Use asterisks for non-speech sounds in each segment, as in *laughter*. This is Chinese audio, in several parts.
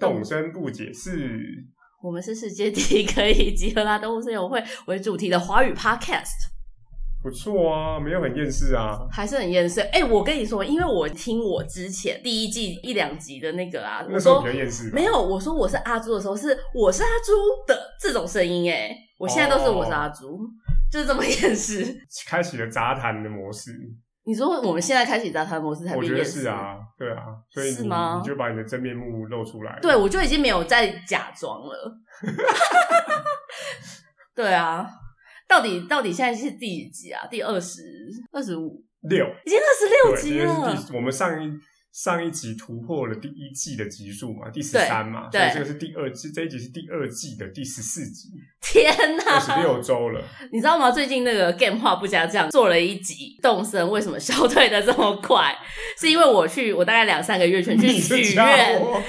永生不解释。我们是世界第一个以集合啦动物森友会为主题的华语 podcast，不错啊，没有很厌世啊。还是很厌世。哎、我跟你说，因为我听我之前第一季一两集的那个啊，那我时候说比较厌世吧，没有，我说我是阿朱的时候是我是阿朱的这种声音哎、我现在都是我是阿朱，哦就是这么厌世。开启了杂谈的模式，你说我们现在开启杂谈模式才我变觉厌得世是？啊，对啊，所以是你吗你就把你的真面目露出来。对，我就已经没有在假装了。 *laughs* 对啊，到底到底现在是第几集啊？第二十二十五，六已经二十六对，今集天了是。第我们上一上一集突破了第一季的集数嘛，第十对三嘛，所以对这个是第二季，这一集是第二季的第十四集，天哪、二十六周 *laughs* 了。你知道吗？最近那个 Game 话不加酱做了一集动森为什么消退的这么快？是因为我去，我大概两三个月前去 *laughs* 你许这家愿，伙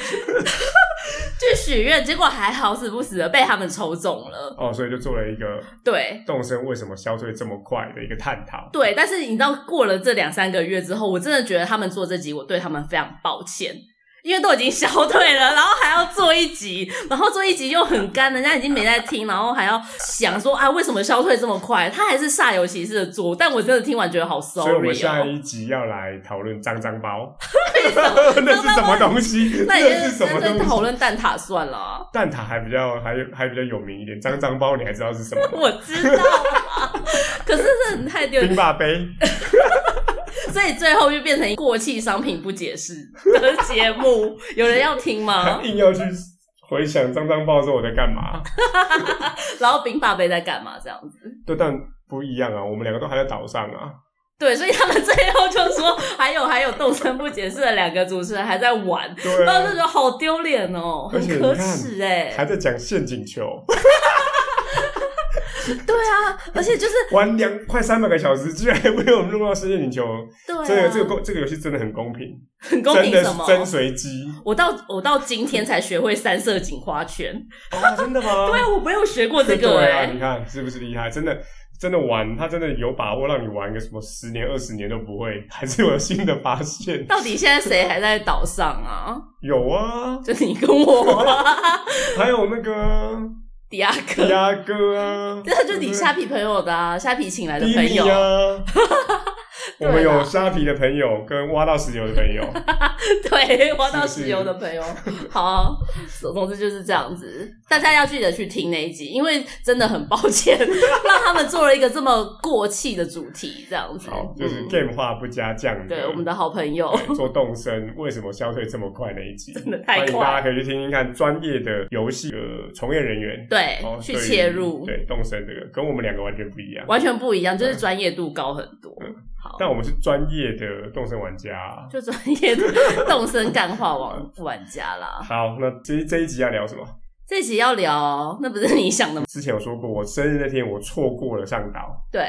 去许愿，结果还好死不死的被他们抽中了。哦，所以就做了一个对动身为什么消退这么快的一个探讨。对，但是你知道，过了这两三个月之后，我真的觉得他们做这集，我对他们非常抱歉。因为都已经消退了，然后还要做一集，然后做一集又很干，人家已经没在听，然后还要想说啊，为什么消退这么快？他还是煞有其事的做，但我真的听完觉得好 sorry 所以我们下哦。一集要来讨论脏脏 *laughs* 包， *laughs* 那是什么东西？那也是什么在东讨西？论蛋挞算了啊、蛋挞还比较还还比较有名一点，脏脏包你还知道是什么吗？ *laughs* 我知道啊，可是这很太丢冰霸杯，？所以最后就变成过气商品不解释的节目，有人要听吗 *laughs* 硬要去回想脏脏包的时候我在干嘛？然后冰爸杯在干嘛？这样子，对，但不一样啊，我们两个都还在岛上啊。对，所以他们最后就说，还有还有动身不解释的两个主持人还在玩，对然后啊就觉得好丢脸哦，而很且可你看耻哎、还在讲陷阱球，对啊，而且就是玩两快三百个小时，居然还被我们录到陷阱球， *laughs* 对、啊，这个这个公这个游戏真的很公平，很公真平的什是么？真随机 *laughs* 我到我到今天才学会三色锦花圈，哦，真的吗？对啊，我没有学过这个 *laughs* 对哎、啊，你看是不是厉害？真的真的玩，他真的有把握让你玩个什么十年、二十年都不会，还是有新的发现。 *laughs* 到底现在谁还在岛上啊？有啊，就你跟我、啊， *laughs* 还有那个迪亚哥，鸭哥啊，这就你虾皮朋友的啊，虾皮请来的 *laughs* 对不对朋低迷友，啊。我对啦们有虾皮的朋友跟挖到石油的朋 *laughs* 友，对，挖到是是石油的朋友，好啊、总总之就是这样子，大家要记得去听那一集，因为真的很抱歉，让他们做了一个这么过气的主题，这样子，好，就是嗯 game 化不加酱的。对我们的好朋友，对做动身为什么消退这么快那一 *laughs* 集，真的太欢迎快大家可以去听听看专业的游戏呃从业人员对，哦去所以切入，对动身这个跟我们两个完全不一样。完全不一样，就是专业度高很多，嗯好。但我们是专业的动身玩家。就专业的动身干化玩玩家啦。好，那这这一集要聊什么？这集要聊，那不是你 *laughs* 想的吗？之前有说过，我生日那天我错过了上岛，对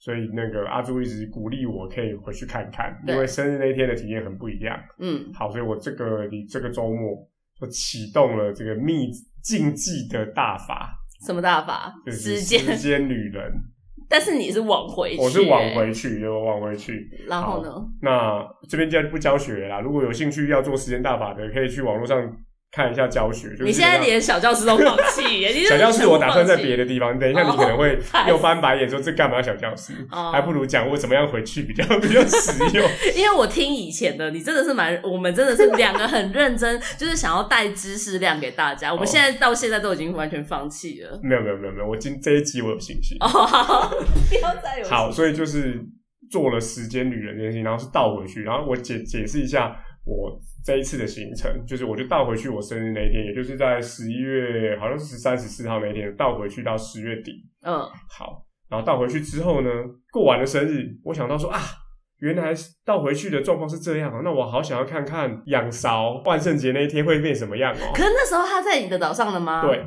所以那个阿朱一直鼓励我可以回去看看，对因为生日那天的体验很不一样。嗯，好，所以我这个你这个周末就启动了这个密禁忌的大法，什么大法？就是时时间，间旅人，但是你是往回去、我是往回去，我往回去。欸。然后呢？那这边就不教学啦，如果有兴趣要做时间大法的，可以去网络上看一下教学。就是、你现在连小教室都放弃耶，你小教室我打算在别的的，地方，等一下你可能会 *laughs* 烦死又翻白眼说这干嘛小教室，哦还不如讲我怎么样回去比较比较实用。 *laughs* 因为我听以前的，你真的是蛮，我们真的是两个很认真，就是想要带知识量给大家。我们哦现在到现在都已经完全放弃了。没有没有没有没有，我今这一集我有兴趣。哦， *laughs* 好，不要再有好，所以就是做了时间旅人这件事情，然后是倒回去，然后我解解释一下我这一次的行程，就是我就倒回去我生日那一天，也就是在十一月好像是十三十四号那一天倒回去到十月底，嗯，好，然后倒回去之后呢，过完了生日，我想到说啊，原来倒回去的状况是这样哦，那我好想要看看仰韶万圣节那一天会变什么样哦。可是那时候他在你的岛上了吗？对，，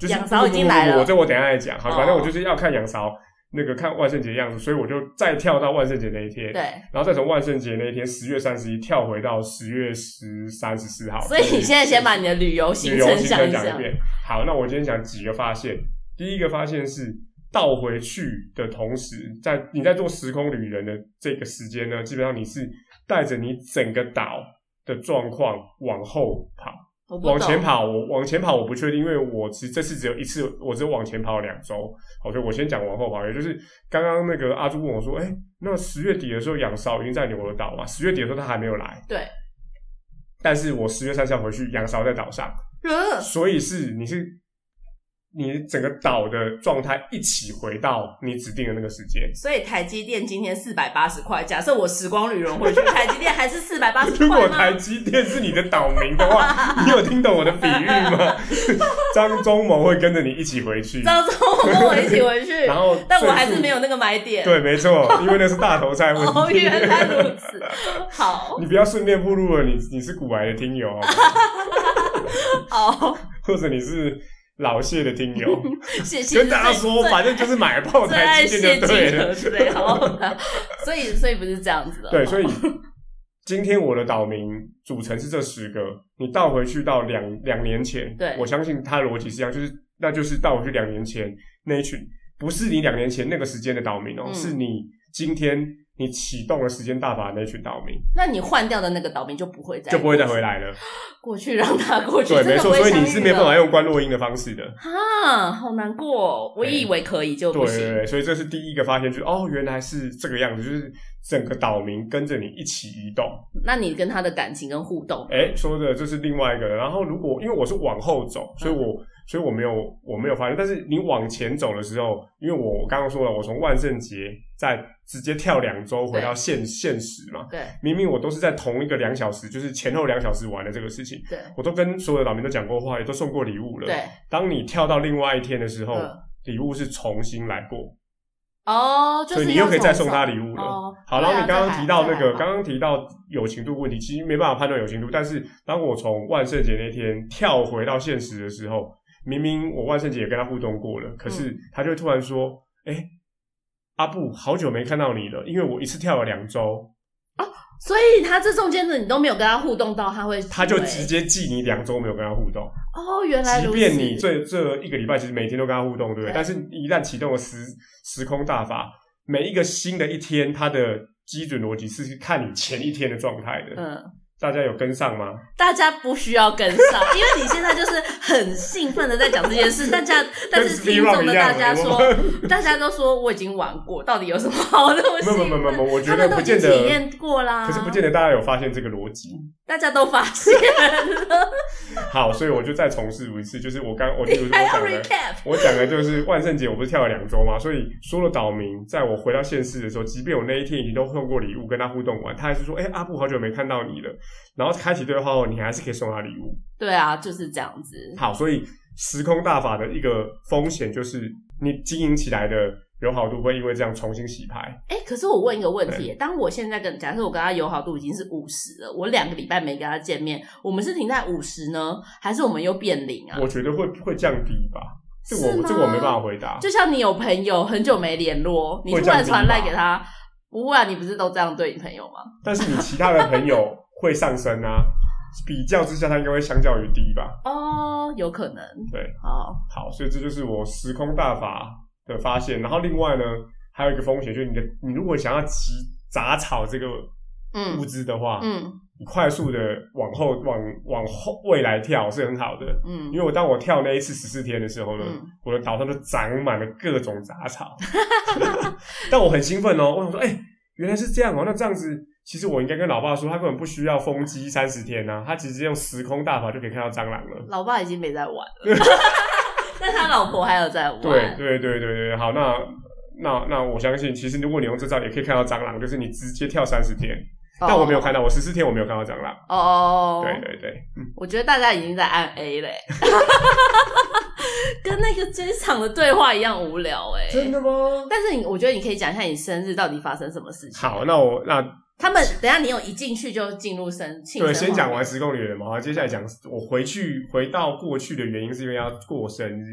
就是仰韶已经来了不不不不这我等一下再讲。好，哦反正我就是要看仰韶那个看万圣节的样子，所以我就再跳到万圣节那一天，对，然后再从万圣节那一天十月三十一跳回到十月十三十四号。所以你现在先把你的旅游旅行游程行程一讲一讲。遍。好，那我今天讲几个发现。第一个发现是倒回去的同时，在你在做时空旅人的这个时间呢，基本上你是带着你整个岛的状况往后跑，我不懂往前，跑，我往前跑，我不确定，因为我其实这次只有一次，我只有往前跑两周。好，所以我先讲往后跑，也就是刚刚那个阿朱问我说：“哎、那十月底的时候，仰韶已经在牛的岛嘛？十月底的时候他还没有来，对，但是我十月三十号回去，仰韶在岛上，呃所以是你是你整个岛的状态一起回到你指定的那个时间。所以台积电今天四百八十块，假设我时光旅人回去，台积电还是四百八十如块果台吗？积电是你的岛民的 *laughs* 话，你有听懂我的比喻吗？张忠谋会跟着你一起回去，张忠谋跟我一起回去 *laughs* 然，后但我还是顺没路有那个买点。对，没错，因为那是大头菜问 *laughs* 哦，题。原来如此。好，你不要顺便步入了你你是古癌的听友，好 *laughs* 吗好，或者你是老谢的听 *laughs* 友，谢谢。跟大家说，最反正就是买爆最爱台积电谢就对金了河。最好的，所以所以不是这样子的。对，所以今天我的岛民组成是这十个，你倒回去到两两年前，对我相信他的逻辑是一样，就是那就是倒回去两年前那一群，不是你两年前那个时间的岛民哦，嗯是你今天你启动了时间大法的那群岛民，那你换掉的那个岛民就不会再就不会再回来了。过去，让他过去。对，真的没错，不会所以你相遇是没办法的用关落音的方式的。啊，好难过、哦。我以为可以，就对不对行。对，所以这是第一个发现，就是哦，原来是这个样子，就是整个岛民跟着你一起移动。那你跟他的感情跟互动，哎，说的这是另外一个。然后如果因为我是往后走，所以我、嗯所以我没有我没有发现。但是你往前走的时候，因为我刚刚说了，我从万圣节再直接跳两周回到现现实嘛。对明明我都是在同一个两小时，就是前后两小时玩的这个事情，对我都跟所有的岛民都讲过话，也都送过礼物了。对，当你跳到另外一天的时候，嗯礼物是重新来过。哦，就所是以你又可以再送他礼礼物了。哦好，对啊然后你刚这还刚提到这那还个，好刚刚提到友情度问题，其实没办法判断友情度。但是当我从万圣节那天跳回到现实的时候，明明我万圣节也跟他互动过了，可嗯是他就会突然说：“哎、阿布，好久没看到你了，因为我一次跳了两周，所以他这中间的你都没有跟他互动到，他会他就以为直接记你两周没有跟他互动。哦，原来即如此。便你这这一个礼拜其实每天都跟他互动，对不对？对但是一旦启动了时时空大法，每一个新的一天，它的基准逻辑是看你前一天的状态的。嗯。大家有跟上吗？大家不需要跟上，因为你现在就是很兴奋的在讲这件事，大家但是跟 Speed 听众 Rock 的一样大家我说，大家都说我已经玩过，到底有什么好那没么有 *laughs* 兴没有没有没奋？有，我他觉得们都不已经见体得。验过啦，可是不见得大家有发现这个逻辑。大家都发现 *laughs* 了，好，所以我就再重试一次，就是我刚我例如你说还我讲要 *laughs* 的， recap 我讲的就是万圣节，我不是跳了两周嘛，所以说了岛民，在我回到现世的时候，即便我那一天已经都送过礼物跟他互动完，他还是说：“哎、阿布，好久没看到你了。”然后开启对话后，你还是可以送他礼物。对啊，就是这样子，好，所以时空大法的一个风险就是，你经营起来的友好度会因为这样重新洗牌。哎、可是我问一个问题，当我现在跟假设我跟他友好度已经是五十了，我两个礼拜没跟他见面，我们是停在五十呢，还是我们又变零啊？我觉得会会降低吧，这是我吗这个我没办法回答。就像你有朋友很久没联络，你会突这样然子传吗赖给他，不会啊，你不是都这样对你朋友吗？但是你其他的朋友会上升啊，比较之下，它应该会相较于低吧。哦，有可能，对，哦，好，所以这就是我时空大法的发现。然后另外呢，还有一个风险就是你的，你如果想要集杂草这个物嗯资的话，嗯你快速的往后往往后未来跳是很好的。因嗯，为我当我跳那一次十四天的时候呢，嗯我的岛上就长满了各种杂草， *laughs* 但我很兴奋哦，我想说，哎、原来是这样哦，那这样子，其实我应该跟老爸说，他根本不需要封机三十天呐、他直接用时空大法就可以看到蟑螂了。老爸已经没在玩了， *laughs* 但他老婆还有在玩，哦对对对对对，好，那那那我相信，其实如果你用这招也可以看到蟑螂，就是你直接跳三十天，哦但我没有看到，我十四天我没有看到蟑螂。哦，对对对，我觉得大家已经在按 A 嘞、 *laughs* 跟那个这一场的对话一样无聊哎、的吗？但是你，我觉得你可以讲一下你生日到底发生什么事情。好，那我那他们等一下你有一进去就进入生庆生对，先讲环完时空旅人嘛，好，接下来讲我回去回到过去的原因是因为要过生 *laughs* 日。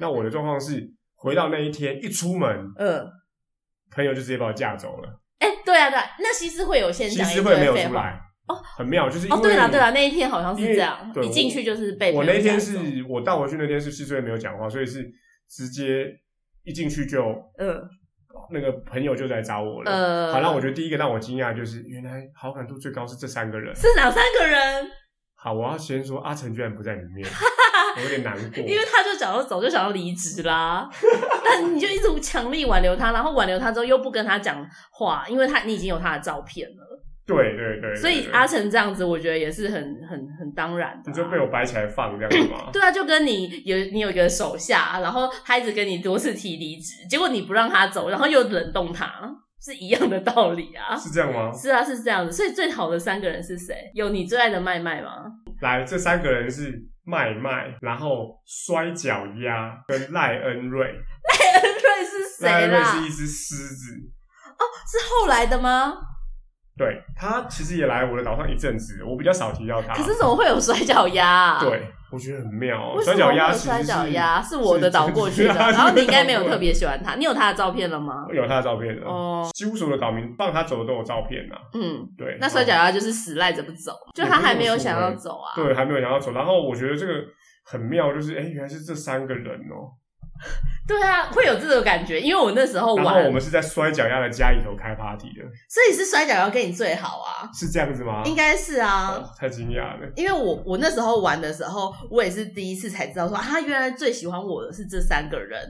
那我的状况是回到那一天一出门，节，嗯，朋友就直接把我架走了，哎、对啊，对啊，那西施会有先西讲一施堆会没有废出话。来哦，很妙，就是因为哦，对了对了，那一天好像是因为这样，对一进去就是被我朋友那天带走是我到回去那天是西施会没有讲话，所以是直接一进去就嗯那个朋友就来找我了。呃，好，那我觉得第一个让我惊讶的就是，原来好感度最高是这三个人。是哪三个人？好，我要先说阿成居然不在里 *laughs* 面，我有点难过。因为他就想要早就想要离职啦， *laughs* 但你就一直强力挽留他，然后挽留他之后又不跟他讲话，因为他你已经有他的照片了，对对对对，所以对阿成这样子，我觉得也是很很很当然的、啊你就被我。掰起来放这样子 *laughs* 吗？对啊，就跟你有你有一个手下，然后他一直跟你多次提离职，结果你不让他走，然后又冷冻他，是一样的道理啊。是这样吗？是啊，是这样子。所以最好的三个人是谁？有你最爱的麦麦吗？来，这三个人是麦麦，然后摔跤鸭跟赖恩瑞。恩瑞是赖谁恩瑞啦？是一只狮子，是后来的吗？对他其实也来我的岛上一阵子，我比较少提到他。可是怎么会有摔跤鸭、啊？，对，我觉得很妙、哦。为摔什么跤会鸭有其实摔跤是鸭？是我的岛过去的，是是是然后你应该没有我的岛过来特别喜欢他。你有他的照片了吗？有他的照片的，哦，几乎所有的岛民放他走的都有照片啊。嗯，对，那摔跤鸭就是死赖着不走，就他还没有想要走啊。对还没有想要走。然后我觉得这个很妙，就是哎、诶原来是这三个人哦、对啊，会有这种感觉，因为我那时候然后玩我，们是在摔跤鸭的家里头开 party 的，所以是摔跤鸭跟你最好啊，是这样子吗？应该是啊。哦太惊讶了。因为我我那时候玩的时候，我也是第一次才知道说啊，原来最喜欢我的是这三个人，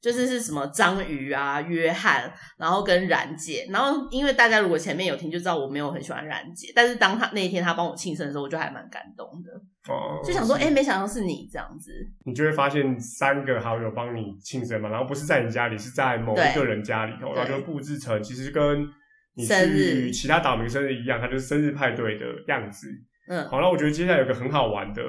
就是是什么章鱼啊、约翰，然后跟冉姐。然后因为大家如果前面有听就知道我没有很喜欢冉姐，但是当他那一天他帮我庆生的时候，我就还蛮感动的，哦，就想说哎、诶没想到是你这样子。你就会发现三个好友帮你庆生嘛，然后不是在你家里，是在某一个人家里头，对然后就会布置成其实跟你生日去其他岛民生日一样，它就是生日派对的样子。嗯，好，那我觉得接下来有个很好玩的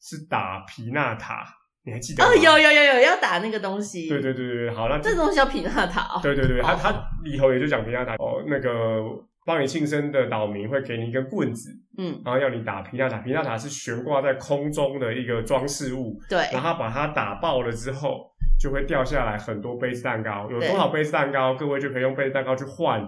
是打皮纳塔，你还记得吗？哦，有有有有要打那个东西，对对对对对，好，那这东西叫皮纳塔哦， *laughs* 对对对，哦他他里头也就讲皮纳塔哦，那个帮你庆生的岛民会给你一根棍子，嗯，然后要你打皮纳塔，皮纳塔是悬挂在空中的一个装饰物，对然后把它打爆了之后，就会掉下来很多杯子蛋糕。有对多少杯子蛋糕，各位就可以用杯子蛋糕去换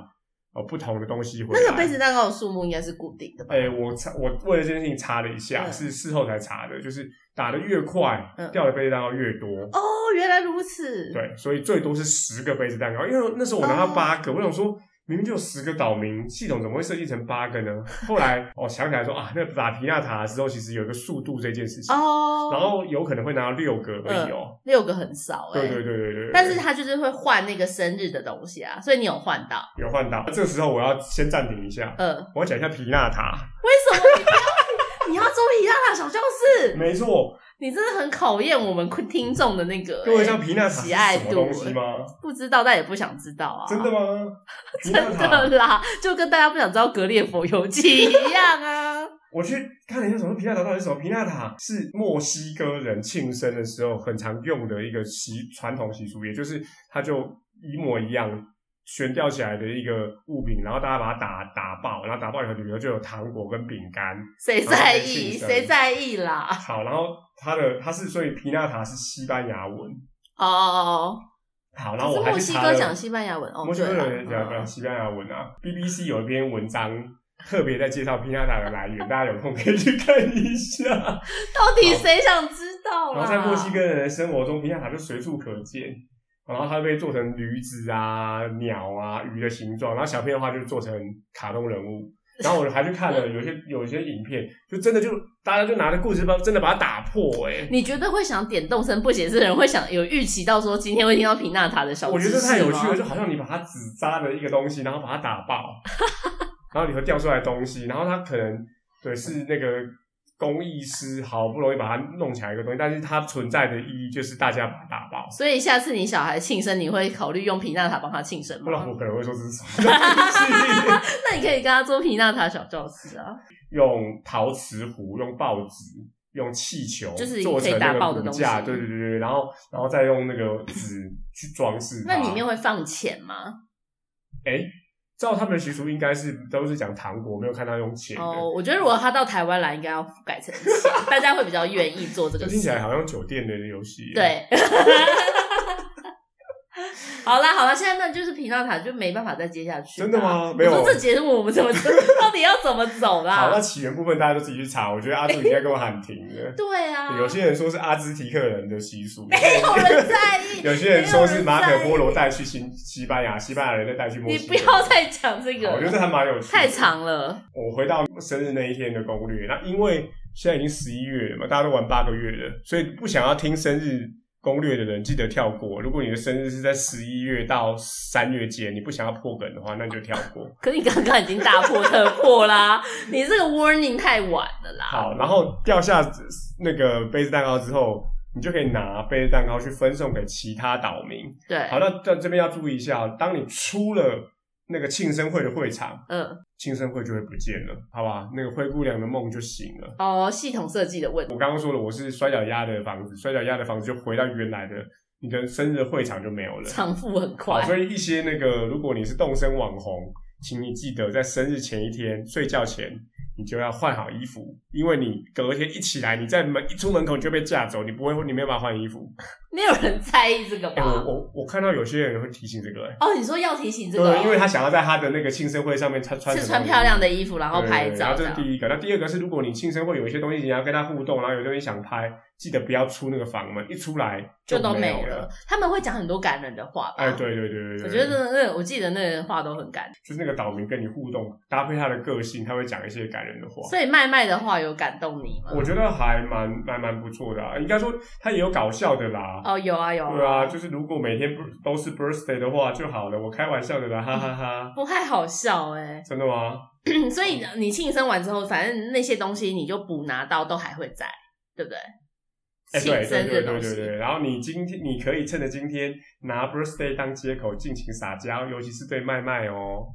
呃不同的东西回来。那个杯子，蛋糕的数目应该是固定的吧？哎、我查，我为了这件事情查了一下，嗯是事后才查的，就是打的越快，嗯掉的杯子蛋糕越多。哦，原来如此，对，所以最多是十个杯子蛋糕，因为那时候我拿到八啊个，我想说。明明就有十个岛民，系统怎么会设计成八个呢？后 *laughs* 来我、哦、想起来说啊，那打皮纳塔的时候，其实有一个速度这件事情，哦，然后有可能会拿到六个而已哦。六个很少哎、对对对对对。对但是他就是会换那个生日的东西啊，所以你有换到。有换到。这个时候我要先暂停一下，呃，我要讲一下皮纳塔。为什么你不要你要做皮娜塔小教室？没错，你真的很考验我们听众的那个、各位知道哎皮纳塔是喜爱什么度东西吗？不知道，但也不想知道啊。真的？ *laughs* 吗？皮纳真的塔，啦，就跟大家不想知道《格列佛游记》一样啊。 *laughs* 我去看了一下什么皮纳塔到底是什么。皮纳塔是墨西哥人庆生的时候很常用的一个习传统习俗，也就是他就一模一样。悬吊起来的一个物品，然后大家把它打打爆，然后打爆以后，里头就有糖果跟饼干。谁在然后被意？庆生谁在意啦？好，然后它的它是所以皮纳塔是西班牙文。哦哦好，哦，然后我可是还墨去西查哥了讲西班牙文哦，墨西对哥啦人讲讲西班牙文啊。BBC 有一篇文章特别在介绍皮纳塔的来源，大家有空可以去看一下。到底谁想知道然后啦？在墨西哥人的生活中，皮纳啊塔就随处可见。然后它被做成驴子啊、鸟啊、鱼的形状，然后小片的话就做成卡通人 *laughs* 物。然后我还去看了有一些有一些影片，就真的就大家就拿着故事包真的把它打破哎、你绝对会想点动声不显示的人会想有预期到说今天会听到皮娜塔的小我觉得知识太有吗趣了，就好像你把它纸扎的一个东西，然后把它打 *laughs* 爆，然后里头掉出来的东西，然后它可能对是那个工艺师好不容易把它弄起来一个东西，但是它存在的意义就是大家把它打爆。所以下次你小孩庆生，你会考虑用皮娜塔帮他庆生不然 *laughs* 吗？我可能会说这是什么东 *laughs* 西？那你可以跟他做皮娜塔小教室啊，用陶瓷壶、用报纸、用气球，就是做可以成那打爆个的骨东西架，对对对对，然后然后再用那个纸去装饰它。那里面会放钱吗？哎，照他们的习俗应该是都是讲糖果，没有看到用钱的。哦，我觉得如果他到台湾来，应该要改成钱，大家会比较愿 *laughs* 意做这这个听起事。来好像酒店的游戏。，对， *laughs* 好啦好啦，现在那就是平常塔就没办法再接下去啦。真啊的吗没有我说这节目我们怎么 *laughs* 到底要怎么走好，那啦？。起源部分大家都自己去查，我觉得阿朱应该跟我喊停的 *laughs* 对啊，有些人说是阿兹提克人的习俗， *laughs* 没有人在意， *laughs* 有些人说是马可波罗带，带去西西班牙，西班牙人再带去墨你西不哥。要再讲这好我觉得个，这还蛮有趣的。太长了。我回到生日那一天的攻略，那因为现在已经十一月了嘛，大家都玩八个月了，所以不想要听生日攻略的人，记得跳过。如果你的生日是在十一月到三月间，你不想要破梗的话，那你就跳过。可你刚刚已经大破特破 *laughs* 啦，你这个 warning 太晚了啦。好，然后掉下那个杯子蛋糕之后，你就可以拿杯子蛋糕去分送给其他岛民。对，好，那在这边要注意一下，哦当你出了那个庆生会的会场，嗯，庆生会就会不见了，好吧？那个灰姑娘的梦就醒了。哦，系统设计的问题我刚刚说了，我是摔脚丫的房子，摔脚丫的房子就回到原来的，你的生日会场就没有了。偿付很好，快，所以一些那个，如果你是动身网红，请你记得在生日前一天睡觉前，你就要换好衣服，因为你隔天一起来，你在门一出门口你就被架走，你不会，你没办法换衣服。没有人在意这个哎、我吧？我我看到有些人会提醒这个、哎哦，啊你说要提醒这个哦，对，因为他想要在他的那个庆生会上面穿穿是什么穿衣服漂亮的衣服，然后对拍然照后这这是样。第一个，那第二个是，如果你庆生会有一些东西你要跟他互动，然后有东西想拍，记得不要出那个房门，一出来就都没有了。。他们会讲很多感人的话吧？哎，，对对对对对，我觉得那我记得那个话都很感人，就是那个岛民跟你互动，搭配他的个性，他会讲一些感人的话。所以麦麦的话有感动你吗？我觉得还蛮蛮蛮不错的、啊，应该说他也有搞笑的啦。哦，有啊有对啊，就是如果每天不都是 birthday 的话就好了，我开玩笑的啦，哈哈哈。不太好笑哎、真的吗？所以你庆生完之后，反正那些东西你就补拿到，都还会在，对不对？哎、庆对对生对的对东西对对。然后你今天你可以趁着今天拿 birthday 当借口尽情撒娇，尤其是对麦麦哦。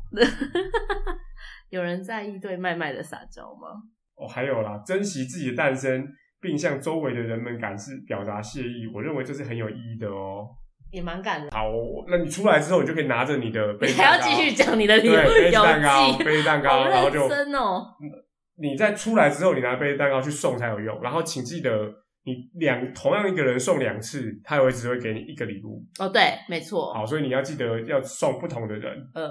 有人在意对麦麦的撒娇吗？哦，还有啦，珍惜自己的诞生，并向周围的人们感示表达谢意，我认为这是很有意义的哦。也蛮感人。好，那你出来之后，你就可以拿着你 *laughs* 的杯你子还蛋要糕，继续讲你的礼物对杯游子蛋 *laughs* 糕，记，杯子蛋好糕，然后就认真哦。你在出来之后，你拿杯子蛋糕去送才有用。然后请记得，你两同样一个人送两次，他也会只会给你一个礼物。哦，对，没错，好，所以你要记得要送不同的人。嗯，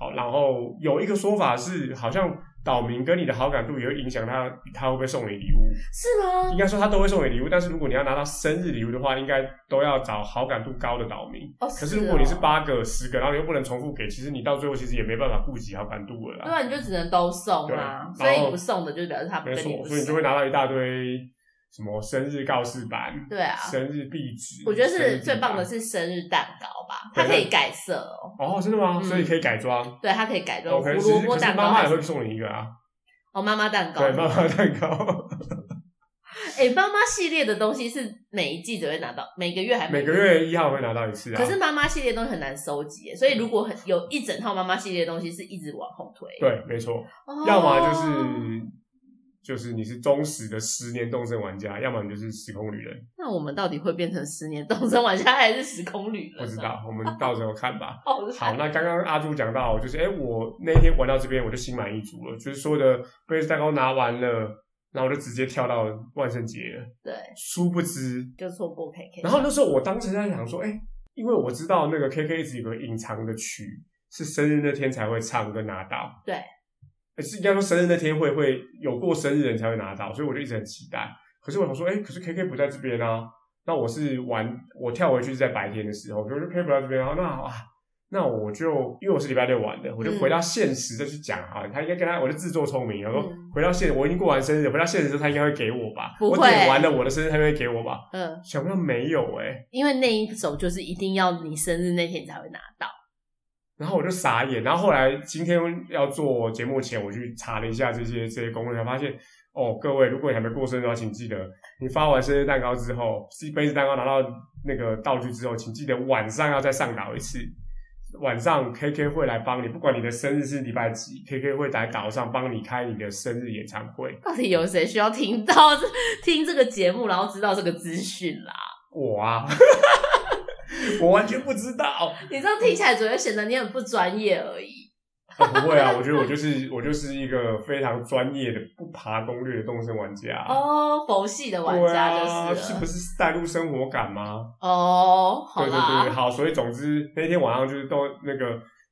好，然后有一个说法是，好像岛民跟你的好感度也会影响他他会不会送你礼物。是吗应？该说他都会送你礼物，但是如果你要拿到生日礼物的话，应该都要找好感度高的岛民。哦，可是如果你是八个、十个，然后你又不能重复给，其实你到最后其实也没办法顾及好感度了对啦。啊，你就只能都送啊，对所然后以你不送的就表示他不没跟你错，啊不所以你就熟。会拿到一大堆什么生日告示板、对啊，生日壁纸。我觉得生日是壁最棒的板是生日蛋糕吧，对它可以改色哦，哦，真的吗？嗯所以可以改装。对，它可以改装胡 OK，萝卜其实哦可蛋是糕妈妈还也是会送你一个啊，哦妈妈蛋糕。对，妈妈蛋糕， *laughs* 哎，妈妈系列的东西是每一季只会拿到，每个月还每个。月一号会拿到一次啊。可是妈妈系列的东西很难收集耶，所以如果很有一整套妈妈系列的东西是一直往后推，对，没错。哦要么就是就是你是忠实的十年动身玩家，要么你就是时空旅人。那我们到底会变成十年动身玩家还是时空旅人？。不知，道，我们到时候看吧 *laughs* 好懒好，那刚刚阿朱讲到，就是哎、诶我那天玩到这边，我就心满意足了，就是说的杯子蛋糕拿完了，然后我就直接跳到万圣节了。对，殊不知，就错过 KK。然后那时候我当时在想说，哎、因为我知道那个 KK 一直有个隐藏的曲是生日那天才会唱跟拿到，对呃，是应该说生日那天会会有过生日人才会拿到，所以我就一直很期待。可是我想说，哎、可是 KK 不在这边啊，那我是玩我跳回去是在白天的时候，我就 KK 不在这边啊，那好啊。那我就因为我是礼拜六玩的，我就嗯回到现实再去讲啊，他应该跟他，我就自作聪明，然后说嗯回到现，我已经过完生日，回到现实之后他应该会给我吧，不会我点完了我的生日他会给我吧，嗯，想不到没有哎、因为那一首就是一定要你生日那天才会拿到。然后我就傻眼，然后后来今天要做节目前，我去查了一下这些这些攻略，才发现哦，各位，如果你还没过生日的话，请记得你发完生日蛋糕之后，是杯子蛋糕拿到那个道具之后，请记得晚上要再上岛一次。晚上 KK 会来帮你，不管你的生日是礼拜几，KK 会来岛上帮你开你的生日演唱会。到底有谁需要听到这听这个节目，然后知道这个资讯啦？我啊， *laughs* 我完全不知道。你这样听起来只会显得你很不专业而已。 *laughs* 哦不会啊，我觉得我就是我就是一个非常专业的不爬攻略的动森玩家。哦，佛系的玩啊对家啊，就是是了不是带入生活感吗？哦，好对对对对，啦，好，所以总之那天晚上就是都那个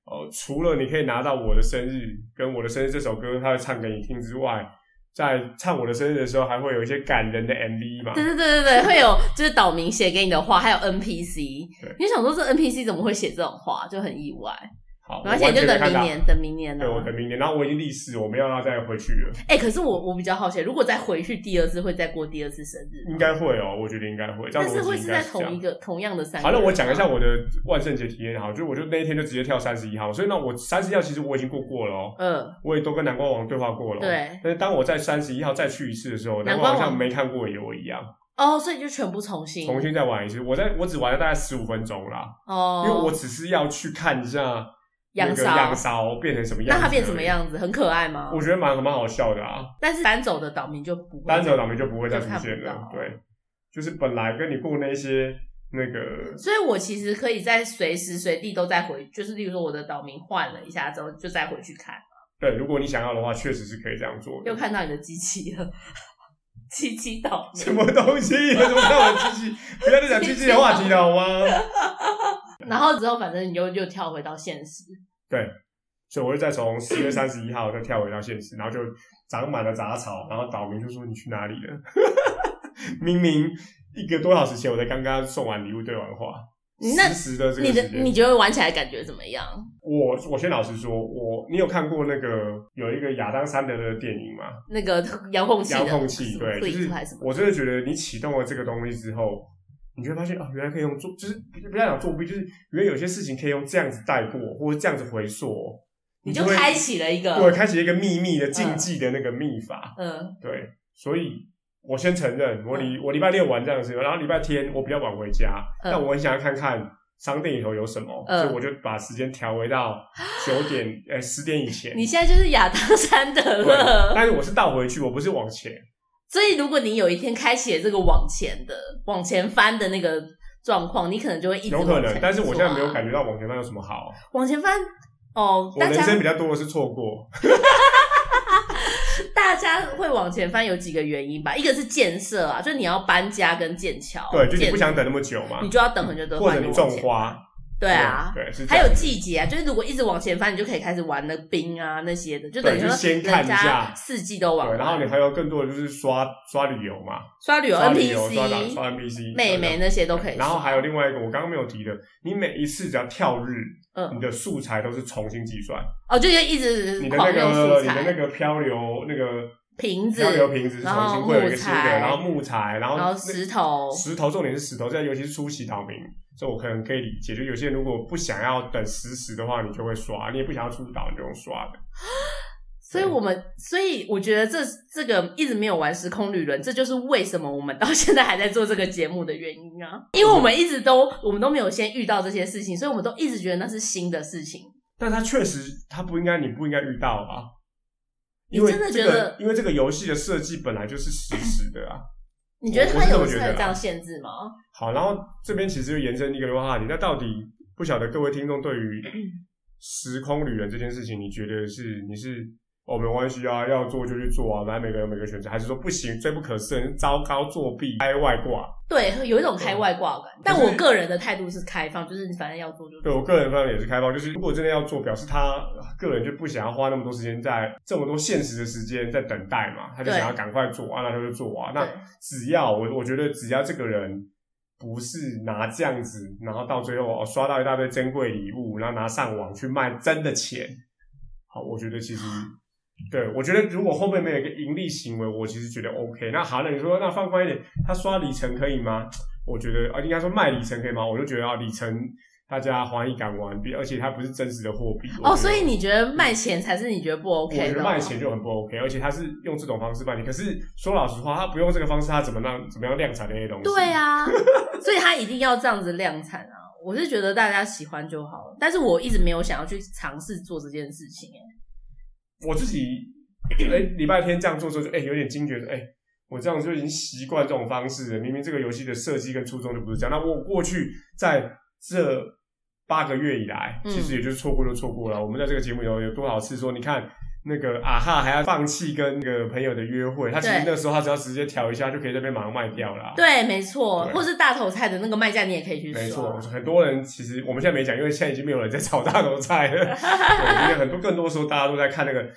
呃，除了你可以拿到我的生日跟我的生日这首歌，他会唱给你听之外，在唱我的生日的时候，还会有一些感人的 MV 嘛对。对对对对，会有就是岛民写给你的话，还有 NPC，对你就想说这 NPC 怎么会写这种话，就很意外。好，而且我完你就全没等看明到。年，等明年呢对，。我等明年，然后我已经历史，我没有要再回去了，哎、可是我我比较好奇，如果再回去第二次，会再过第二次生日吗应该会哦，我觉得应该会。这样但逻是会辑是应该在是这样同一个同样的三个好，人那吗。我讲一下我的万圣节体验好，就是我就那一天就直接跳三十一号，所以呢，我三十一号其实我已经过过了哦，嗯，我也都跟南瓜王对话过了、哦。。对，但是当我在三十一号再去一次的时候，南南瓜瓜好王像没看过我一样，哦，所以就全部重新重新再玩一次。我在我只玩了大概十五分钟啦，哦，因为我只是要去看一下那杨个骚杨骚变成什么样，那它变什么？样子？很可爱吗？我觉得蛮蛮好笑的啊。但是单走的岛民就不会单手倒霉就不会再出现就看了。不到对，就是本来跟你过那些那个，所以我其实可以在随时随地都再回，就是例如说我的岛民换了一下之后，就再回去看，对，如果你想要的话，确实是可以这样做的又。看到你的机器了， *laughs* 机器岛 *laughs* 民什么东西？有什么让我机器？不要再讲机器的话题了好吗？然后之后反正你又又跳回到现实，所以我就再从十月三十一号再跳回到现实，然后就长满了杂草，然后岛民就说你去哪里了？ *laughs* 明明一个多小时前我才刚刚送完礼物对完话，那实时的这个你的时你间，觉得玩起来感觉怎么样？我我先老实说，我你有看过那个有一个亚当·山德的电影吗？那个遥控器的遥控器，什么对，就 Click 是还是什么？我真的觉得你启动了这个东西之后，你就会发现哦，原来可以用做，就是不不要讲作弊，就是原来有些事情可以用这样子带过，或者这样子回溯，你就就会开启了一嗯个对，开启一个秘密的禁忌的那个秘法，嗯，对，所以。我先承认，我礼我礼拜六玩这样子，然后礼拜天我比较晚回家，嗯但我很想要看看商店里头有什么，嗯所以我就把时间调回到九点呃十点以前。你现在就是亚当山德 *laughs* 对，了。但是我是倒回去，我不是往前。所以如果你有一天开启了这个往前的往前翻的那个状况，你可能就会一直有可往能前，但是我现在没有做啊感觉到往前翻有什么好。往前翻哦，我大人生家比较多的是错过，大家会往前翻有几个原因吧，一个是建设啊，就是你要搬家跟建桥，对，就是你建不想等那么久嘛你，就要等很久的或话，者你就种往前花，对啊。对，是这还样有季节啊，就是如果一直往前翻，你就可以开始玩那冰啊那些的，就等于对说就先看一人下家四季都玩对，完。然后你还有更多的就是刷刷旅游嘛，刷旅游刷旅游、刷打、 NPC、刷 NPC 妹妹。那些都可以对刷。然后还有另外一个，我刚刚没有提的，你每一次只要跳日，嗯你的素材都是重新计算，哦，就就一直你的那狂用个素你的那材、个漂流那个瓶子漂，流瓶子是然重后新会有一个木新的，材然后木材，然后然后那石头，石头重点是石头，这尤其是初期岛民，这我可能可以理解。就有些人如果不想要等实时的话，你就会刷；你也不想要出岛，你就用刷的。所以我们，所以我觉得这这个一直没有玩时空旅人，这就是为什么我们到现在还在做这个节目的原因啊！因为我们一直都，我们都没有先遇到这些事情，所以我们都一直觉得那是新的事情。但它确实，它不应该，你不应该遇到啊。你因为真的这觉个得，因为这个游戏的设计本来就是实时的啊。你觉得我它是这么有觉真得啦的这样限制吗？好，然后这边其实就延伸一个话题，那到底不晓得各位听众对于时空旅人这件事情，你觉得是你是哦没关系啊，要做就去做啊，反正每个人有每个选择，还是说不行，罪不可赦，糟糕作弊，开外挂？对，有一种开外挂感。但我个人的态度是开放，就是你反正要做就对我做。个人方面也是开放，就是如果真的要做，表示他个人就不想要花那么多时间在这么多现实的时间在等待嘛，他就对想要赶快做啊，那他就做啊。那对只要我我觉得只要这个人不是拿这样子，然后到最后哦刷到一大堆珍贵礼物，然后拿上网去卖真的钱，好，我觉得其实。对，我觉得如果后面没有一个盈利行为，我其实觉得 OK。那好了，你说那放宽一点，他刷里程可以吗？我觉得啊，应该说卖里程可以吗？我就觉得啊，里程大家欢喜感完毕，而且它不是真实的货币。我觉哦，得所以你觉得卖钱才是你觉得不我 OK 的哦？觉得卖钱就很不 OK，而且他是用这种方式卖你。可是说老实话，他不用这个方式，他怎么让怎么样量产那些东西？对， *laughs* 啊，所以他一定要这样子量产啊！我是觉得大家喜欢就好了，但是我一直没有想要去尝试做这件事情、欸。我自己哎礼拜天这样做之后就，哎有点惊觉，哎我这样就已经习惯这种方式了。明明这个游戏的设计跟初衷就不是这样，那我过去在这八个月以来，嗯其实也就是错过就错过了。我们在这个节目有有多少次说，你看那个啊哈还要放弃跟那个朋友的约会，他其实对那时候他只要直接调一下就可以在被马上卖掉了。啊对，没错，对或是大头菜的那个卖价，你也可以去没错说。，很多人其实我们现在没讲，因为现在已经没有人在炒大头菜 *laughs* 了。对，因为很多更多时候大家都在看那个，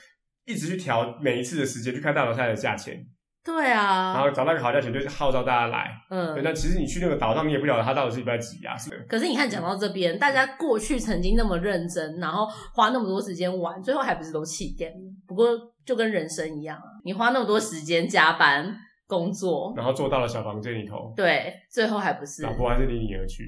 一直去调每一次的时间去看大头菜的价钱，对然啊，后找到一个好价钱就是号召大家来。对，嗯。那其实你去那个岛上，你也不晓得它到底是礼拜几啊，是的可是你看，讲到这边，大家过去曾经那么认真，然后花那么多时间玩，最后还不是都弃掉？不过就跟人生一样啊，你花那么多时间加班工作，然后坐到了小房间里头，对，最后还不是老，婆还是离你而去，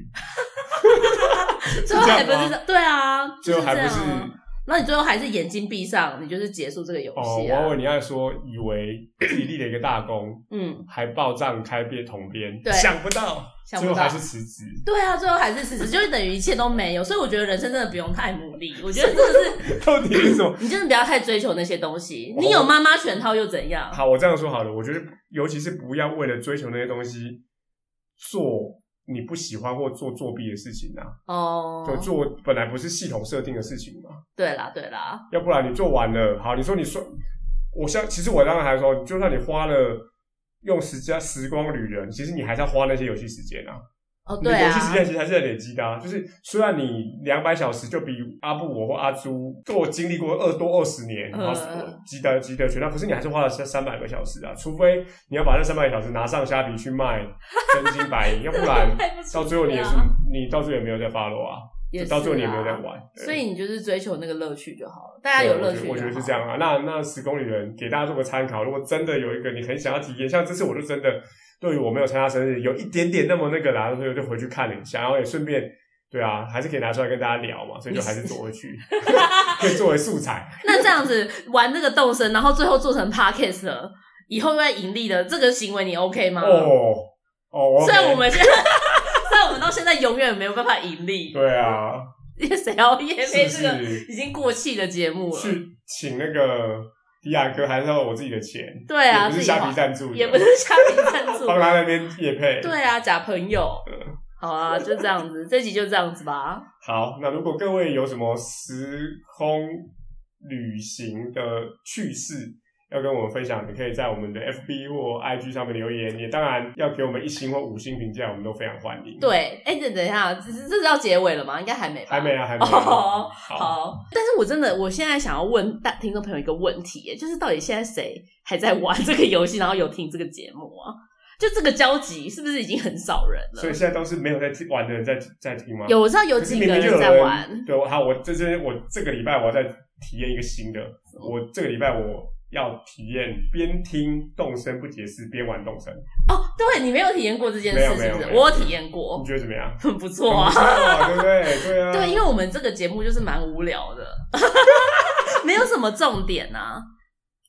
最后还是不这样吗是，对啊，最就后是这还不样是啊。那你最后还是眼睛闭上，你就是结束这个游哦，我戏以啊。为你要说以为自己立了一个大功，嗯，还报账开编统编，对想不到，想最不后还到是。辞职。 *laughs* 对啊，最后还是事实，就是等于一切都没有。所以我觉得人生真的不用太努力，我觉得真的是到底是什么？你真的不要太追求那些东西。哦你有妈妈全套又怎样？好，我这样说好了，我觉得尤其是不要为了追求那些东西做。你不喜欢或做作弊的事情啊，哦，就做本来不是系统设定的事情嘛，对啦对啦，要不然你做完了，好，你说你说，我像其实我刚刚还说，就算你花了用时间时光旅人，其实你还是要花那些游戏时间啊。哦你对游戏时啊，间其实还是在累积的、啊，就是虽然你两百小时就比阿布我或阿朱跟我经历过二多二十年，嗯然后积得积得全套，可是你还是花了三三百个小时啊。除非你要把那三百个小时拿上虾皮去 *laughs* 卖真金白银，要不然太不出到最后你也是力啊你到最后也没有在 follow 啊，也就是到最后你也没有在啊玩。对所以你就是追求那个乐趣就好了，大家有乐趣对我觉得我觉得是这样。样啊。那那十公里人给大家做个参考，如果真的有一个你很想要体验，像这次我就真的对于我没有参加生日有一点点那么那个啦，所以我就回去看了一下，然后也顺便对啊，还是可以拿出来跟大家聊嘛，所以就还是走回去， *laughs* 可以作为素材。那这样子玩那个动身，然后最后做成 podcast 了，以后又在盈利的这个行为，你 OK 吗？哦哦，我嗯虽然我们现在，虽然我们到现在永远没有办法盈利，对啊，因为谁要夜是配不这个是已经过气的节目了？去请那个迪亚哥还是要我自己的钱？对啊，也不自是己花虾皮赞助的，也不是虾皮赞助，帮 *laughs* 他那边也配。对啊，假朋友。嗯好啊，就这样子， *laughs* 这集就这样子吧。好，那如果各位有什么时空旅行的趣事要跟我们分享，你可以在我们的 FB 或 IG 上面留言，也当然要给我们一星或五星评价，我们都非常欢迎。，对，哎、等等一下，这这是要结尾了吗？应该还没吧？还没啊，还没啊、哦好，好，但是我真的，我现在想要问大听众朋友一个问题耶，就是到底现在谁还在玩这个游戏，然后有听这个节目啊？就这个交集是不是已经很少人了？所以现在都是没有在听玩的人在在听吗？有，我知道有可是几明个明就有在玩，对，我好，我这这我这个礼拜我要再体验一个新的，我这个礼拜我要体验边听动声不解释边玩动声，哦，对你没有体验过这件没有事，是不没有是？没有我有体验过 *laughs* 你，觉得怎么样？很不错啊。很不错对不对？对啊，对，因为我们这个节目就是蛮无聊的， *laughs* 没有什么重点啊，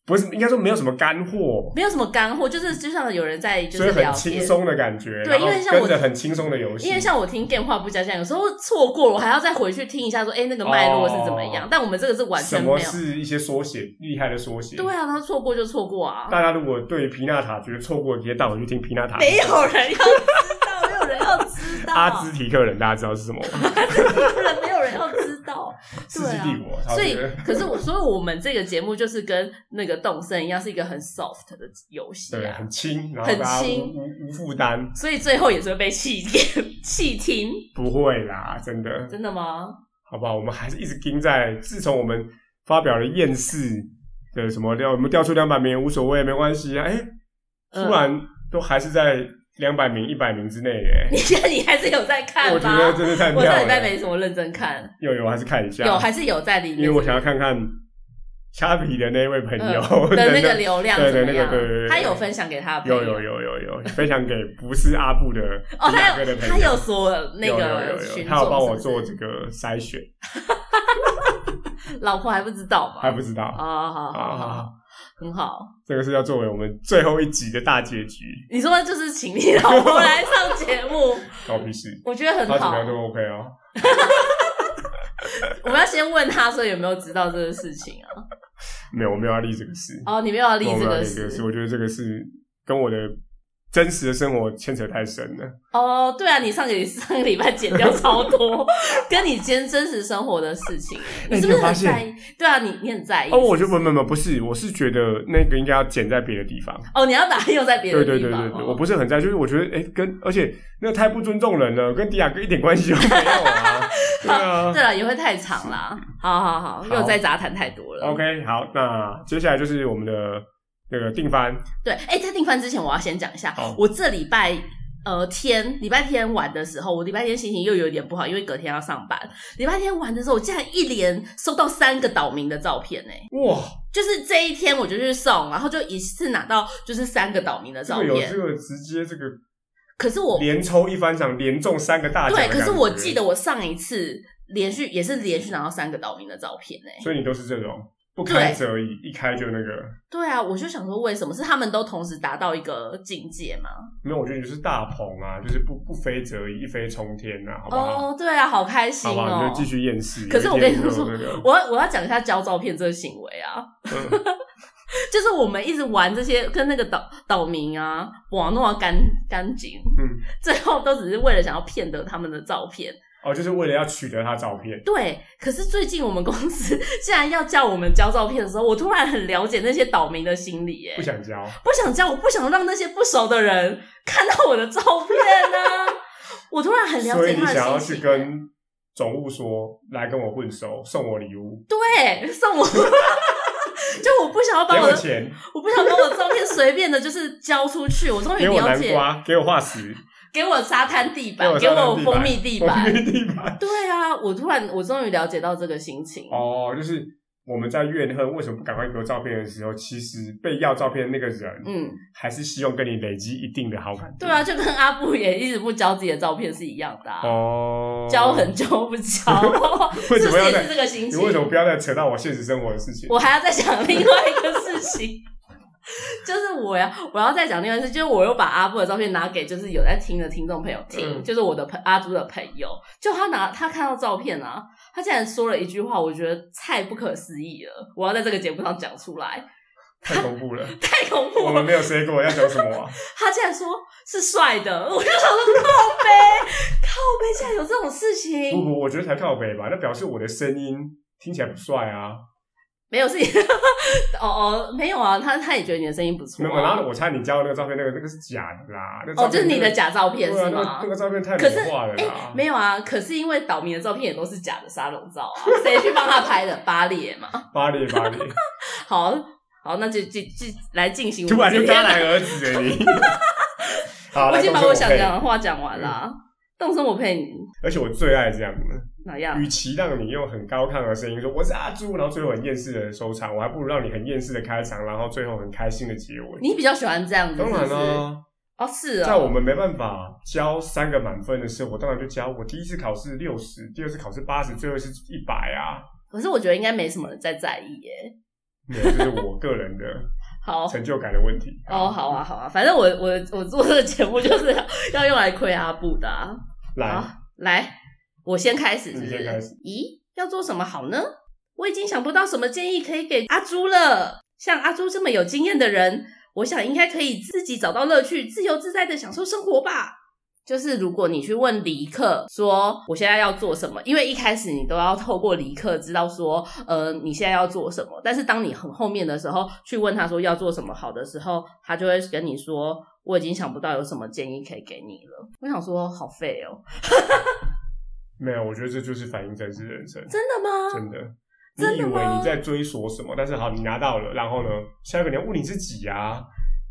不是应该说没有什么干货，没有什么干货，就是就像有人在就所以是很聊轻天。松的感觉，对然后因为像我跟着很轻松的游戏，因为像我听电话不加酱，有时候错过了，我还要再回去听一下说，哎那个脉络是怎么样。哦但我们这个是完全什没有么，是一些缩写，厉害的缩写。对，啊，然后错过就错过啊，大家如果对于皮纳塔觉得错过，直接带我去听皮纳塔。没有人要知道，没有人要知道，阿兹提克人，大家知道是什么 *laughs* 吗？不然没有人要知道。世纪帝国。啊所以超级，可是我，所以我们这个节目就是跟那个动森一样，是一个很 soft 的游戏对，啊。很轻，然后大家很轻无无无负担，所以最后也是会被弃电、弃听，不会啦，真的，真的吗？好不好？我们还是一直盯在，自从我们发表了厌世的什么掉，我们掉出两百名也无所谓，没关系啊。哎，嗯突然都还是在两百名、一百名之内耶你。现在你还是有在看我觉得吗？真的太我妙欸上礼拜了。没什么认真看，有有，我还是看一下。有还是有在里面，因为我想要看看虾皮的那位朋友、 *laughs* 嗯的那个流量对怎对么样那个对对对？他有分享给他的朋有友，有有有有分享给不是阿布的哦，雅他哥的有朋他友有所那有个有有群有，众，他有帮我是不做是这个筛选，老婆还不知道还吗？不知道啊，好好好好好好，很好。这个是要作为我们最后一集的大结局，你说就是请你老婆来上节目，搞屁事，我觉得他很怎好么。样都 OK 哦。我们要先问他说有没有知道这个事情啊？没有，我没有要立这个事，哦，你没有要立我没这有要个立这事个事，我觉得这个是跟我的真实的生活牵扯太深了。哦，对啊，你上个礼上个礼拜剪掉超多跟你今天真实生活的 *laughs* 事情，哎你是不是你有发很现在意？对啊，你你很在意哦，我觉是得不不是不不不是，我是觉得那个应该要剪在别的地方。哦，你要把它用在别对的对地对方对哦对，我不是很在意，就是我觉得哎、跟而且那个太不尊重人了，跟迪亚哥一点关系都没有 *laughs* 啊。对啊。对了，也会太长啦。好好好，好又在杂谈太多了。 OK，好，那接下来就是我们的那个定番，对，哎、在订饭之前，我要先讲一下好，我这礼拜呃天礼拜天玩的时候，我礼拜天心情又有点不好，因为隔天要上班。礼拜天玩的时候，我竟然一连收到三个岛民的照片、哎，哇，就是这一天我就去送，然后就一次拿到就是三个岛民的这照个有这片。个直接这个可是我连抽一番奖，连中三个大奖。对，可是我记，得我上一次连续也是连续拿到三个岛民的照片、哎，所以你都是这种不开对则已，一开就那个。对啊，我就想说，为什么是他们都同时达到一个境界吗？没有，我觉得你就是大鹏啊，就是不不飞则已，一飞冲天呐、啊，好不好？哦，对啊，好开心好吧，你哦就！继续厌世。可是我跟你有一说天就有我要我要讲一下交照片这个行 *laughs* 为啊，那个，嗯就是我们一直玩这些跟那个岛岛民啊、网诺啊干干净，嗯，最后都只是为了想要骗得他们的照片。哦，就是为了要取得他照片，对，可是最近我们公司 *laughs* 竟然要叫我们交照片的时候，我突然很了解那些岛民的心理、耶不想交。不想交，我不想让那些不熟的人看到我的照片呢、 *laughs* 我突然很了所以解你他的心情耶、想要去跟总务说，来跟我混熟，送我礼物，对送我， *laughs* 就我不想要给把我我的钱，我不想把我的照片随便的，就是交出去。我终于给我了南解，瓜，给我化 *laughs* 石，给我沙滩地板，给给我沙我滩地板蜂蜜地 *laughs* 板。蜂蜜地板。对啊，我突然，我终于了解到这个心情。哦，就是我们在怨恨为什么不赶快给我照片的时候，其实被要照片的那个人，嗯，还是希望跟你累积一定的好感度。对啊，就跟阿布也一直不交自己的照片是一样的、啊，哦，交很久不交， *laughs* 为是什么不是要也在是这个心你情？为什么不要再扯到我现实生活的事情？我还要再讲另外一个事情， *laughs* 就是我要我要再讲另外一个事，就是我又把阿布的照片拿给就是有在听的听众朋友听，嗯就是我的朋阿朱的朋友，就他拿他看到照片啊，他竟然说了一句话，我觉得太不可思议了，我要在这个节目上讲出来，太恐怖 *laughs* 了，太恐怖我了们。没有谁跟我要讲什 *laughs* 么啊？他竟然说是帅的，我就想说靠背靠背，竟然有这种事不情，不，我觉得才靠北吧，那表示我的声音听起来不帅啊。没有是你，哦哦没有啊，他他也觉得你的声音不错没啊、有，然后我猜你交的那个照片，那个那个是假的啦。那哦，照片就是你的假照对片啊是那吗个那？个照片太可是美化了哎、啦。没有啊，可是因为岛民的照片也都是假的沙龙照 *laughs* 啊，谁去帮他拍的？巴列嘛。巴黎巴 *laughs* 黎，好好，那就就就来进行我突们然今就天戛的。然而止了你。好，嗯 *laughs* 我来已经把动身我想配讲的话讲完啦。动身我陪你而且我最爱这样的。哪样？与其让你用很高亢的声音说我是阿朱，然后最后很厌世的收场，我还不如让你很厌世的开场，然后最后很开心的结尾。你比较喜欢这样子是当不然是？啦、哦，是在我哦。们没办法交三个满分的时候，我当然就交我第一次考试六十，第二次考试八十，最后一次一百啊。可是我觉得应该没什么人在在意耶。没有，这是我个人的好。成就感的问题。哦，好啊，好啊，反正我我我做这个节目就是要要用来亏阿布的、啊。来好，，来，我先开始是不你是，先开始咦，要做什么好呢？我已经想不到什么建议可以给阿朱了。像阿朱这么有经验的人，我想应该可以自己找到乐趣，自由自在的享受生活吧。就是如果你去问离克说我现在要做什么，因为一开始你都要透过离克知道说，呃，你现在要做什么。但是当你很后面的时候去问他说要做什么好的时候，他就会跟你说我已经想不到有什么建议可以给你了。我想说好废哦，没有，我觉得这就是反映真实人生，真的吗？真的。你真以的为吗你在追索什么，但是好，你拿到了，然后呢，下一个你要问你自己啊，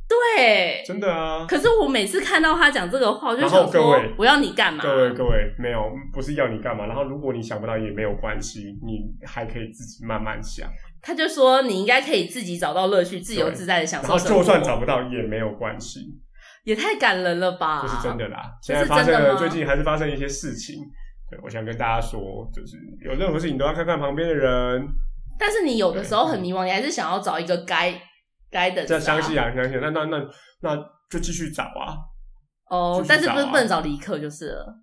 对。真的啊。可是我每次看到他讲这个话，我就然后想说各位，我要你干嘛？各位各位，没有，不是要你干嘛。然后如果你想不到也没有关系，你还可以自己慢慢想。他就说你应该可以自己找到乐趣，自由自在的享然受后生活。就算找不到也没有关系，也太感人了吧！这是真的啦。啊这现是在发生真的了，吗最近还是发生一些事情。对，我想跟大家说，就是有任何事情都要看看旁边的人。但是你有的时候很迷茫，你还是想要找一个该该的。这相信啊，相信啊。那那那那就继续找啊。哦继续，但是找啊不是不能找离克就是了。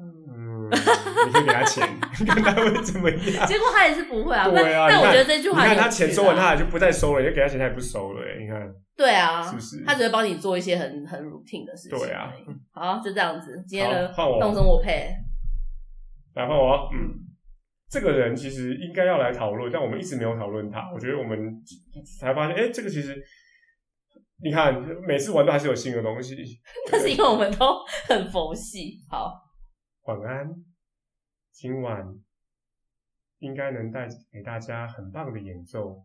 嗯，会啊，你可以给他 *laughs* 钱，看他会怎么样。结果他也是不会啊。那对啊但你我看觉得这句你话看很有他趣啊钱收完，啦他也就不再收了，你就给他钱，他也不收了。欸你看，对啊，是不是他只会帮你做一些很很 routine 的事情。对啊，好，就这样子。今天呢，好换我动身我配。 *laughs* 来换我啊，嗯，这个人其实应该要来讨论，但我们一直没有讨论他。我觉得我们才发现，哎、这个其实，你看每次玩都还是有新的东西。但是因为我们都很佛系。好，晚安，今晚应该能带给大家很棒的演奏，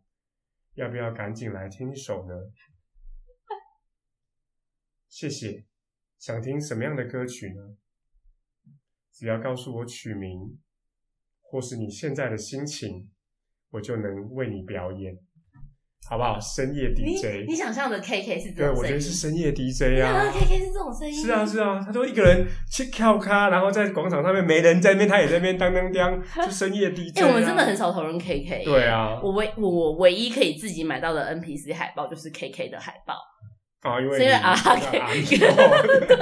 要不要赶紧来听一首呢？ *laughs* 谢谢。想听什么样的歌曲呢？只要告诉我曲名，或是你现在的心情，我就能为你表演，好不好？深夜你你 DJ，想象的 KK 是这对，种我觉声得音，是深夜 DJ 你想啊 *laughs* 象。的 KK 是这种声音，是啊，是啊，他都一个人去跳咖，然后在广场上面没人在那边，他也在那边当当当，就深夜 DJ、哎、啊我们真的很少讨论 KK。对。啊，我唯我我唯一可以自己买到的 NPC 海报就是 KK 的海 *laughs* 报，啊，因为是因为你啊你，K，啊对，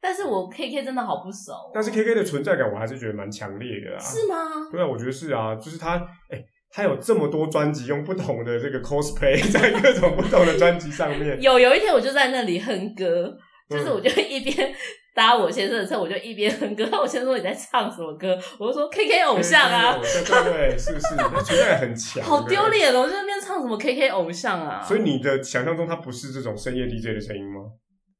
但是我 KK 真的好不熟哦，但是 KK 的存在感我还是觉得蛮强烈的啊。是吗？对啊，我觉得是啊，就是他，哎、他有这么多专辑，用不同的这个 cosplay 在各种不同的专辑上面，有有一天我就在那里哼歌，就是嗯我就一边搭我先生的车，我就一边哼歌。我先生说你在唱什么歌，我就说 KK 偶像啊，偶像对对，是不是？他存在感很强，好对丢。脸哦！我就在那边唱什么 KK 偶像啊，所以你的想象中他不是这种深夜 DJ 的声音吗？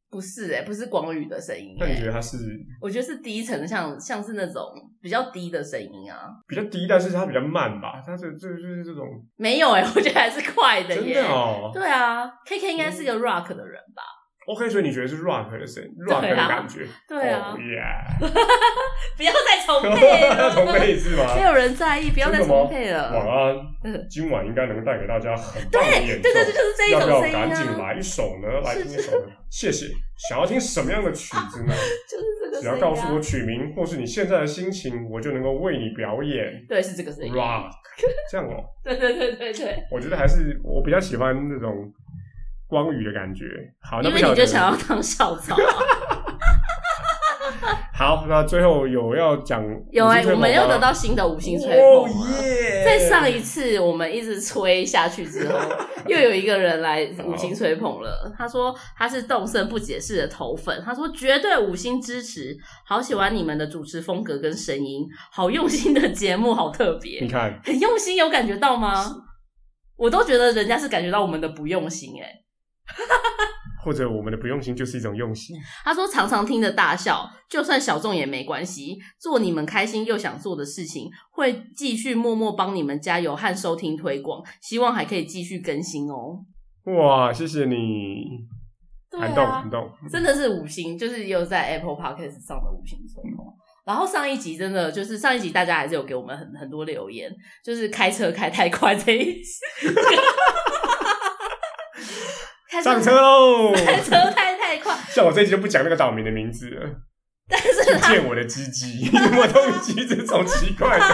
不是哎、不是广宇的声音、那你觉欸，得他是我觉得是低沉，像像是那种比较低的声音啊，比较低，但是他比较慢吧？他是这就是这种没有哎、我觉得还是快的真耶。的哦嗯对啊，K K 应该是个 rock 的人吧？ ，OK，所以你觉得是 rock 的声音，rock 的感觉，啊对啊哦 *laughs* 耶，不要 *laughs* 再重配了，重配一次吗？ *laughs* 没有人在意，不要再重配晚了。安，嗯今晚应该能带给大家很棒的演奏，对对对，就是这一要种不要声音赶紧啊，来一首呢？来是听一首呢，谢谢。想要听什么样的曲子呢？就是这个只声要音、啊。告诉我曲名或是你现在的心情，我就能够为你表演对，是这个声音。 rock。这样哦，对对对对对，我觉得还是我比较喜欢那种光宇的感觉。好，那因不为晓你得就想要当校草，啊 *laughs* 好，那最后有要讲有哎、哎、我们又得到新的五星吹捧啊。哦耶！在上一次我们一直吹下去之后，又有一个人来五星吹捧了。他说他是动身不解释的头粉，他说绝对五星支持，好喜欢你们的主持风格跟声音，好用心的节目，好特你别，看，很用心，有感觉到吗？我都觉得人家是感觉到我们的不用心哎、或者我们的不用心就是一种用心。他说常常听着大笑，就算小众也没关系，做你们开心又想做的事情，会继续默默帮你们加油和收听推广，希望还可以继续更新哦。哇，谢谢你，对啊感动感动。真的是五星，就是又在 Apple Podcast 上的五星吹捧。然后上一集真的就是上一集，大家还是有给我们很很多留言，就是开车开太快这一集，*laughs* 开上车喽！ *laughs* 开车开太快，像我这一集就不讲那个岛民的名字了，但是他见我的鸡鸡， *laughs* 我都已经这种奇 *laughs* 怪的。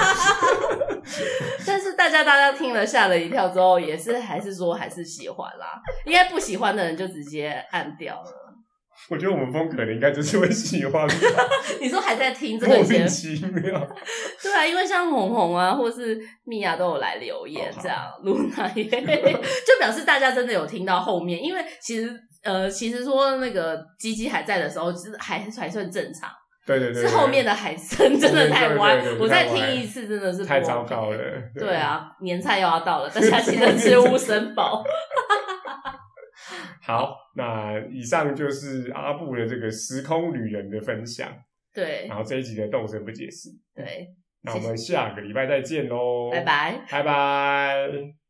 但是大家大家听了吓了一跳之后，也是还是说还是喜欢啦，应该不喜欢的人就直接按掉了。我觉得我们风格的应该就是会喜 *laughs* 欢，你说还在听这个莫以前名其妙。对啊，因为像红红啊，或是米娅都有来留言好，好这样露娜也就表示大家真的有听到后面，因为其实呃，其实说那个鸡鸡还在的时候，就是还还算正常，对对对，是后面的的海参真的太歪对对对对，我再太歪听一次真的是太不 OK 糟糕了。对，啊，年菜又要到了，大家记得吃乌参宝。好，那以上就是阿布的这个时空旅人的分享，对然后这一集的动身不解释。对，那我们下个礼拜再见喽，拜，拜。拜拜。